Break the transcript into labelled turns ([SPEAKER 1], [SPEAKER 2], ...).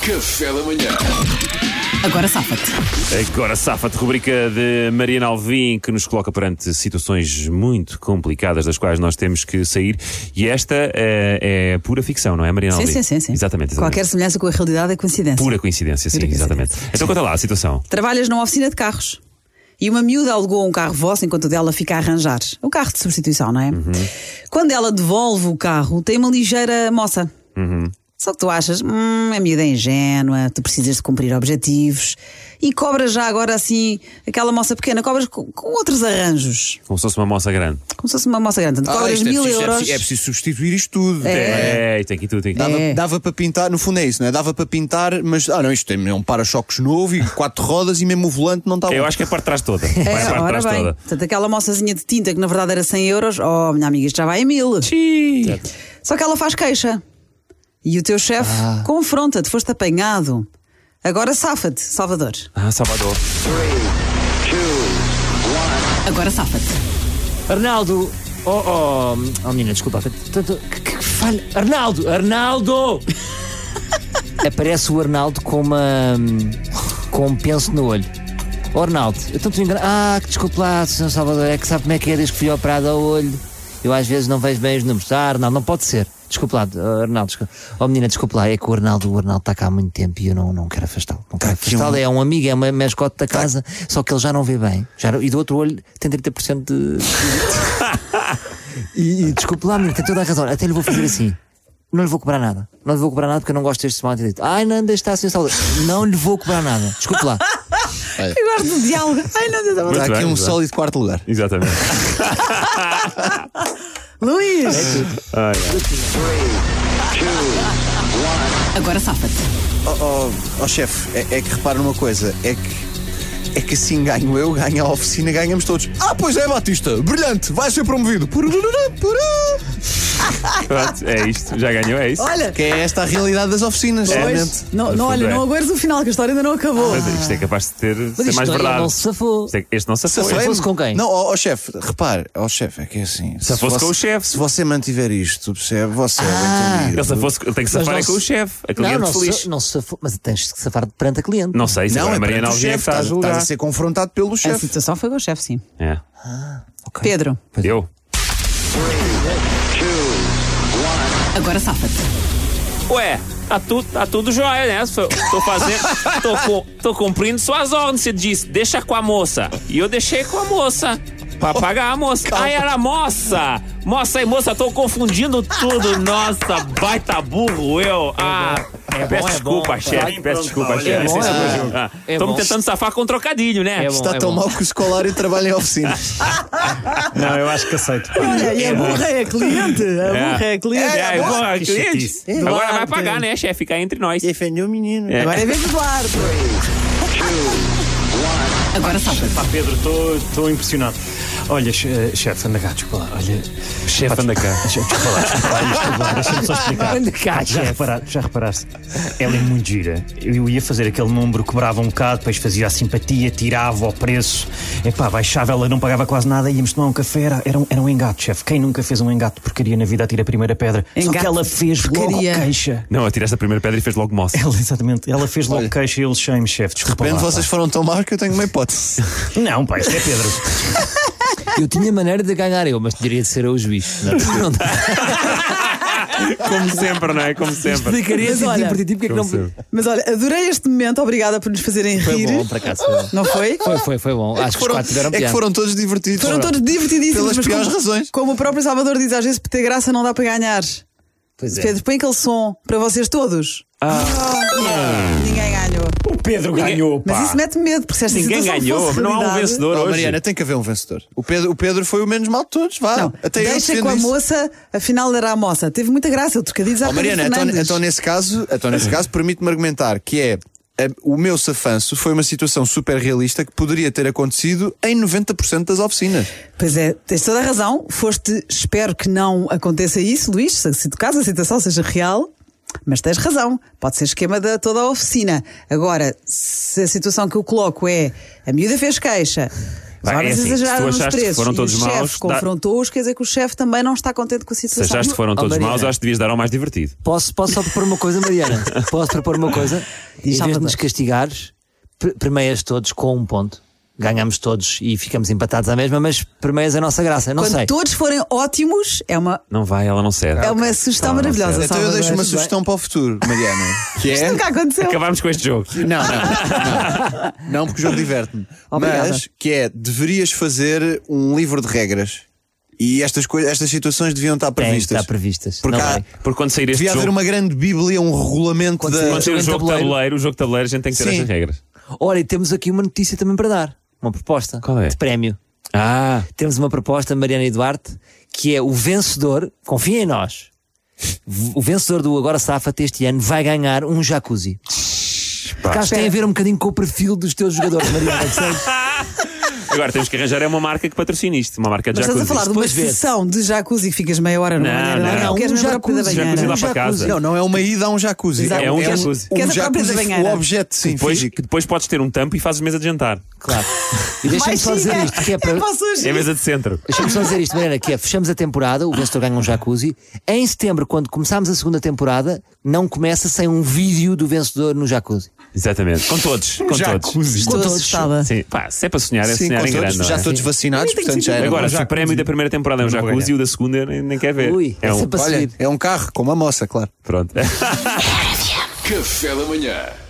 [SPEAKER 1] Café da manhã.
[SPEAKER 2] Agora safa-te.
[SPEAKER 3] Agora safa-te, rubrica de Mariana Alvim, que nos coloca perante situações muito complicadas das quais nós temos que sair. E esta é, é pura ficção, não é, Mariana
[SPEAKER 2] Sim,
[SPEAKER 3] Alvim?
[SPEAKER 2] sim, sim, sim.
[SPEAKER 3] Exatamente. exatamente.
[SPEAKER 2] Qualquer semelhança com a realidade é coincidência.
[SPEAKER 3] Pura coincidência, sim,
[SPEAKER 2] Pura coincidência.
[SPEAKER 3] exatamente. Então conta lá a situação.
[SPEAKER 2] Trabalhas numa oficina de carros. E uma miúda alugou um carro vosso enquanto o dela fica a arranjar. Um carro de substituição, não é? Quando ela devolve o carro, tem uma ligeira moça. Só que tu achas, hum, a miúda é ingênua, tu precisas de cumprir objetivos. E cobras já agora assim, aquela moça pequena, cobras com, com outros arranjos.
[SPEAKER 3] Como se fosse uma moça grande.
[SPEAKER 2] Como se fosse uma moça grande. Portanto, cobras
[SPEAKER 4] isto é
[SPEAKER 2] mil
[SPEAKER 4] preciso- é
[SPEAKER 2] euros.
[SPEAKER 4] preciso- É preciso substituir isto tudo. É.
[SPEAKER 3] É, tem aqui tudo, tem aqui tudo.
[SPEAKER 4] Dava,
[SPEAKER 2] É.
[SPEAKER 4] dava para pintar, no fundo é isso, não é? Dava para pintar, mas ah não, isto tem um para-choques novo e quatro rodas e mesmo o volante não está
[SPEAKER 3] Eu
[SPEAKER 4] bom.
[SPEAKER 3] acho que é a parte de trás toda. Vai a parte de
[SPEAKER 2] ora
[SPEAKER 3] trás
[SPEAKER 2] bem.
[SPEAKER 3] toda.
[SPEAKER 2] Portanto, aquela moçazinha de tinta que na verdade era 100 euros, oh, minha amiga, isto já vai a mil. Só que ela faz queixa. E o teu chefe confronta-te, foste apanhado. Agora safa-te, Salvador.
[SPEAKER 3] Ah, Salvador.
[SPEAKER 2] Agora safa-te.
[SPEAKER 5] Arnaldo! Oh, oh, oh menina, desculpa. Tanto- Que, que falha. Arnaldo! Arnaldo! Aparece o Arnaldo com uma. hum, com um penso no olho. Oh, Arnaldo, eu tanto engano. Ah, que desculpa lá, Sr. Salvador, é que sabe como é que é desde que fui operado ao olho. Eu às vezes não vejo bem os números. Ah, Arnaldo, não pode ser. Desculpa lá, oh, Arnaldo. Desculpa. Oh, menina, desculpa lá, é que o Arnaldo, o Arnaldo está cá há muito tempo e eu não, não quero afastá-lo. Não quero
[SPEAKER 4] aqui um- Tá
[SPEAKER 5] afastá-lo, é um amigo, é uma mascote da casa, só que ele já não vê bem. Já, não- e do outro olho tem 30% de. E, e desculpe lá, menino, tem toda a razão. Até lhe vou fazer assim. Não lhe vou cobrar nada. Não lhe vou cobrar nada porque eu não gosto deste mal entendido. Ai, não, deixa estar assim, Salvador. Não lhe vou cobrar nada. Desculpe lá.
[SPEAKER 2] Eu gosto do diálogo. Ai, não, não, não, não.
[SPEAKER 3] Muito
[SPEAKER 4] Está aqui
[SPEAKER 3] bem,
[SPEAKER 4] um
[SPEAKER 3] muito bem.
[SPEAKER 4] sólido quarto lugar.
[SPEAKER 3] Exatamente.
[SPEAKER 2] Luís! Agora safa-te.
[SPEAKER 4] Ó oh, chefe, é, é que repara numa coisa, é que é que assim ganho eu, ganho a oficina, ganhamos todos. Ah, pois é, Batista, brilhante, vai ser promovido. Purururu, pururu.
[SPEAKER 3] Pronto, é isto. Já ganhou, é isso.
[SPEAKER 2] Olha!
[SPEAKER 4] Que é esta a realidade das oficinas, realmente.
[SPEAKER 2] Pois, não, não, olha, não aguardes o final, que a história ainda não acabou.
[SPEAKER 3] Mas Isto é capaz de ter, ser
[SPEAKER 5] isto
[SPEAKER 3] mais
[SPEAKER 5] não-
[SPEAKER 3] verdade.
[SPEAKER 5] não se safou.
[SPEAKER 3] Isto é- Este não se
[SPEAKER 4] Se
[SPEAKER 3] safou.
[SPEAKER 4] fosse-
[SPEAKER 5] fosse com quem?
[SPEAKER 4] Não, ó ó, chefe, repare, ó chefe, é que é assim. Se,
[SPEAKER 3] fosse
[SPEAKER 4] você-
[SPEAKER 3] com o chefe.
[SPEAKER 4] Se você mantiver isto, percebe? Você é
[SPEAKER 5] Ah.
[SPEAKER 4] vai
[SPEAKER 3] Ele,
[SPEAKER 4] entender.
[SPEAKER 3] safou-se- ele tem que
[SPEAKER 5] Mas
[SPEAKER 3] safar
[SPEAKER 5] não
[SPEAKER 3] é com
[SPEAKER 5] se-
[SPEAKER 3] o chefe. A
[SPEAKER 5] Não,
[SPEAKER 3] cliente
[SPEAKER 5] não
[SPEAKER 3] feliz.
[SPEAKER 5] se, não se safou. Mas tens de safar perante a cliente.
[SPEAKER 3] Não sei, se
[SPEAKER 4] Não,
[SPEAKER 3] agora
[SPEAKER 4] é
[SPEAKER 3] a Mariana
[SPEAKER 4] Mariana o
[SPEAKER 3] Alvim é que
[SPEAKER 4] chefe,
[SPEAKER 3] está
[SPEAKER 5] tá,
[SPEAKER 3] a
[SPEAKER 4] estás, estás
[SPEAKER 3] julgar.
[SPEAKER 4] a ser confrontado pelo
[SPEAKER 2] A
[SPEAKER 4] chefe.
[SPEAKER 2] situação foi com o chefe, sim.
[SPEAKER 3] É.
[SPEAKER 2] Pedro,
[SPEAKER 5] é.
[SPEAKER 3] Eu?
[SPEAKER 2] agora safa-te.
[SPEAKER 6] Ué, tá tudo, tá tudo jóia, né? Só- Tô fazendo. Tô, cu- tô cumprindo suas ordens, você disse. Deixa com a moça. E eu deixei com a moça. Pra pagar a moça. Aí era moça! Moça e moça, tô confundindo tudo. Nossa, baita burro eu. Ah, peço
[SPEAKER 5] bom, é
[SPEAKER 6] desculpa,
[SPEAKER 5] bom.
[SPEAKER 6] chefe. Peço desculpa, chefe.
[SPEAKER 5] bom, é bom.
[SPEAKER 6] Ah,
[SPEAKER 5] É
[SPEAKER 6] Tô
[SPEAKER 5] bom.
[SPEAKER 6] me tentando safar com trocadilho, né?
[SPEAKER 5] É bom.
[SPEAKER 4] Está tão mal que o é escolário trabalha em oficinas.
[SPEAKER 7] Não, eu acho que aceito.
[SPEAKER 2] Olha, e a burra é a cliente. A burra é a cliente.
[SPEAKER 3] Ah,
[SPEAKER 6] É, é bom,
[SPEAKER 7] Que
[SPEAKER 6] cliente.
[SPEAKER 7] chatice.
[SPEAKER 6] Agora vai
[SPEAKER 2] Eduardo.
[SPEAKER 6] pagar, né, chefe? Fica entre nós.
[SPEAKER 4] Defendeu o menino.
[SPEAKER 3] É.
[SPEAKER 2] Agora é vez do Eduardo. Agora safa-te.
[SPEAKER 7] Pá, Pedro, estou impressionado. Olha, che- eh, chefe, anda cá, desculpa lá. Olha,
[SPEAKER 3] Chefe, anda cá.
[SPEAKER 7] chefe, desculpa lá, desculpa lá, desculpa lá, deixa-me só explicar.
[SPEAKER 5] Anda cá,
[SPEAKER 7] Já,
[SPEAKER 5] chefe.
[SPEAKER 7] repara- já reparaste? Ela é muito gira. Eu ia fazer aquele número, cobrava um bocado, depois fazia a simpatia, tirava o preço. Epá, baixava, ela não pagava quase nada, íamos tomar um café. Era, era um, era um engate, chefe. Quem nunca fez um engate de porcaria na vida, atira a primeira pedra. Só
[SPEAKER 2] Engate
[SPEAKER 7] que ela fez logo
[SPEAKER 2] porcaria.
[SPEAKER 7] queixa.
[SPEAKER 3] Não, atiraste a primeira pedra e fez logo moça.
[SPEAKER 7] Ela, exatamente, ela fez logo
[SPEAKER 4] Olha.
[SPEAKER 7] queixa e eu lixei-me, chefe. Desculpa.
[SPEAKER 4] Depende,
[SPEAKER 7] lá, pá.
[SPEAKER 4] vocês foram tão mal que eu tenho uma hipótese.
[SPEAKER 7] Não, pá, isto é Pedro.
[SPEAKER 5] Eu tinha maneira de ganhar eu, mas teria de ser eu o juiz. Não
[SPEAKER 3] Como sempre, não é? Como sempre.
[SPEAKER 5] Explicaria
[SPEAKER 2] Mas
[SPEAKER 5] assim,
[SPEAKER 2] olha-
[SPEAKER 5] tipo, por ti, porque é que
[SPEAKER 3] Como
[SPEAKER 5] não.
[SPEAKER 3] sempre.
[SPEAKER 2] Mas olha, adorei este momento. Obrigada por nos fazerem
[SPEAKER 5] Foi
[SPEAKER 2] rir.
[SPEAKER 5] bom, por acaso. Foi bom.
[SPEAKER 2] Não foi?
[SPEAKER 5] Foi, foi, foi bom. Acho que os
[SPEAKER 4] Foram-
[SPEAKER 5] quatro tiveram
[SPEAKER 4] é que
[SPEAKER 5] piada.
[SPEAKER 4] foram todos divertidos.
[SPEAKER 2] Foram todos divertidíssimos.
[SPEAKER 4] Pelas
[SPEAKER 2] mas
[SPEAKER 4] piores
[SPEAKER 2] como,
[SPEAKER 4] razões.
[SPEAKER 2] Como o próprio Salvador diz, às vezes por ter graça não dá para ganhar.
[SPEAKER 5] Pois é.
[SPEAKER 2] Pedro, põe aquele som para vocês todos. Ah. Ninguém ganhou.
[SPEAKER 7] O Pedro ganhou,
[SPEAKER 2] Mas isso mete medo, porque se esta
[SPEAKER 6] Ninguém
[SPEAKER 2] situação
[SPEAKER 6] ganhou.
[SPEAKER 2] fosse
[SPEAKER 6] Não há um
[SPEAKER 2] realidade-
[SPEAKER 6] vencedor
[SPEAKER 4] Oh,
[SPEAKER 6] hoje.
[SPEAKER 4] Mariana, tem que haver um vencedor. O Pedro, o Pedro foi o menos mal de todos, vá.
[SPEAKER 2] Não,
[SPEAKER 4] Até eu
[SPEAKER 2] deixa
[SPEAKER 4] defendo
[SPEAKER 2] com a
[SPEAKER 4] isso.
[SPEAKER 2] moça, afinal era a moça. Teve muita graça, o trocadilho já
[SPEAKER 4] Oh, Mariana, então, então nesse caso, então nesse caso permite-me argumentar que é a- o meu safanço foi uma situação super realista que poderia ter acontecido em 90% das oficinas.
[SPEAKER 2] Pois é, tens toda a razão. Foste, espero que não aconteça isso, Luís, se se do caso a situação seja real. Mas tens razão, pode ser esquema de toda a oficina. Agora, se a situação que eu coloco é a miúda fez queixa,
[SPEAKER 3] Vai,
[SPEAKER 2] Às
[SPEAKER 3] é
[SPEAKER 2] vezes
[SPEAKER 3] assim, se
[SPEAKER 2] exageraram
[SPEAKER 3] tu
[SPEAKER 2] nos
[SPEAKER 3] achaste que
[SPEAKER 2] preços.
[SPEAKER 3] foram
[SPEAKER 2] E
[SPEAKER 3] todos
[SPEAKER 2] o
[SPEAKER 3] maus,
[SPEAKER 2] chefe
[SPEAKER 3] dá-
[SPEAKER 2] confrontou-os, quer dizer que o chefe também não está contente com a
[SPEAKER 3] se
[SPEAKER 2] situação. Ah,
[SPEAKER 3] achaste que foram todos
[SPEAKER 5] Mariana.
[SPEAKER 3] maus, acho que devias dar ao mais divertido.
[SPEAKER 5] Posso, posso só propor uma coisa, Mariana? Posso propor uma coisa? Em vez de
[SPEAKER 2] Salvador.
[SPEAKER 5] nos castigares, pre- premias todos com um ponto. Ganhamos todos e ficamos empatados à mesma, mas premias a nossa graça. Não
[SPEAKER 2] Quando
[SPEAKER 5] sei.
[SPEAKER 2] todos forem ótimos, é uma,
[SPEAKER 3] Não vai, ela Tá, não cede.
[SPEAKER 2] é uma sugestão maravilhosa.
[SPEAKER 4] Então eu deixo uma
[SPEAKER 2] Salvador. é
[SPEAKER 4] sugestão para o futuro, Mariana. Que é.
[SPEAKER 2] Isto nunca aconteceu.
[SPEAKER 3] Acabámos com este jogo.
[SPEAKER 4] Não, não, não. Não, porque o jogo diverte-me.
[SPEAKER 5] Obrigada.
[SPEAKER 4] Mas que é, deverias fazer um livro de regras. E estas, coisas, estas situações deviam estar
[SPEAKER 5] Tem,
[SPEAKER 4] previstas.
[SPEAKER 5] Está previstas.
[SPEAKER 4] Porque
[SPEAKER 5] Não
[SPEAKER 4] há-
[SPEAKER 5] vai.
[SPEAKER 3] Porque quando sair este
[SPEAKER 4] Devia haver
[SPEAKER 3] jogo,
[SPEAKER 4] uma grande bíblia, um regulamento da.
[SPEAKER 3] quando sair o jogo
[SPEAKER 5] Jogo em
[SPEAKER 3] de
[SPEAKER 5] tabuleiro.
[SPEAKER 3] tabuleiro, o jogo de tabuleiro, a gente tem que ter
[SPEAKER 4] Sim.
[SPEAKER 3] estas regras.
[SPEAKER 5] Olha, e temos aqui uma notícia também para dar. Uma proposta
[SPEAKER 3] Qual é?
[SPEAKER 5] de prémio.
[SPEAKER 3] Ah,
[SPEAKER 5] Temos uma proposta, Mariana e Duarte, que é o vencedor, confia em nós, v- o vencedor do Agora Safa-te este ano vai ganhar um jacuzzi. Por acaso tem a ver um bocadinho com o perfil dos teus jogadores, Mariana, percebes?
[SPEAKER 3] agora temos que arranjar é uma marca que patrocine isto, uma marca de
[SPEAKER 2] Mas estás a
[SPEAKER 3] jacuzzi.
[SPEAKER 2] falar de uma
[SPEAKER 5] Depois vê-se.
[SPEAKER 2] sessão de jacuzzi que ficas meia hora numa
[SPEAKER 3] Não,
[SPEAKER 2] banheira.
[SPEAKER 3] não, não.
[SPEAKER 2] Queres
[SPEAKER 5] Um
[SPEAKER 2] mesmo a própria da
[SPEAKER 5] jacuzzi,
[SPEAKER 2] banheira.
[SPEAKER 3] jacuzzi lá para casa.
[SPEAKER 4] Não, não é uma ida a um jacuzzi.
[SPEAKER 2] Exato.
[SPEAKER 3] É um
[SPEAKER 4] um
[SPEAKER 3] jacuzzi.
[SPEAKER 4] Um
[SPEAKER 2] Que é da própria
[SPEAKER 4] jacuzzi,
[SPEAKER 2] banheira.
[SPEAKER 4] o objeto, sim,
[SPEAKER 3] Depois,
[SPEAKER 4] físico.
[SPEAKER 3] que depois podes ter um tampo e fazes mesa de jantar,
[SPEAKER 5] Claro. E deixa-me
[SPEAKER 2] Mais
[SPEAKER 5] só dizer
[SPEAKER 2] gira.
[SPEAKER 5] isto, que é
[SPEAKER 2] É
[SPEAKER 5] para.
[SPEAKER 2] para surgir.
[SPEAKER 3] é mesa de centro.
[SPEAKER 5] Deixa-me só dizer isto, Mariana, que é fechamos a temporada, o vencedor ganha um jacuzzi. Em setembro, quando começarmos a segunda temporada, não começa sem um vídeo do vencedor no jacuzzi.
[SPEAKER 3] Exatamente, com todos, com todos.
[SPEAKER 2] Estou assustada.
[SPEAKER 3] Sim, pá, se é para sonhar, é
[SPEAKER 4] Um Sim,
[SPEAKER 3] sonhar
[SPEAKER 4] com
[SPEAKER 3] em
[SPEAKER 4] todos-
[SPEAKER 3] grande. não
[SPEAKER 4] já
[SPEAKER 3] é?
[SPEAKER 4] todos vacinados, portanto já era.
[SPEAKER 3] Agora,
[SPEAKER 4] um
[SPEAKER 3] se o
[SPEAKER 4] jacuzzi.
[SPEAKER 3] prémio da primeira temporada é um
[SPEAKER 7] Não vou
[SPEAKER 3] jacuzzi, o da segunda nem, nem quer ver.
[SPEAKER 5] Ui,
[SPEAKER 3] é
[SPEAKER 5] essa
[SPEAKER 3] um.
[SPEAKER 5] pa-
[SPEAKER 4] Olha,
[SPEAKER 5] seguir.
[SPEAKER 4] é um carro, como a moça, claro.
[SPEAKER 3] Pronto.
[SPEAKER 1] Café da manhã.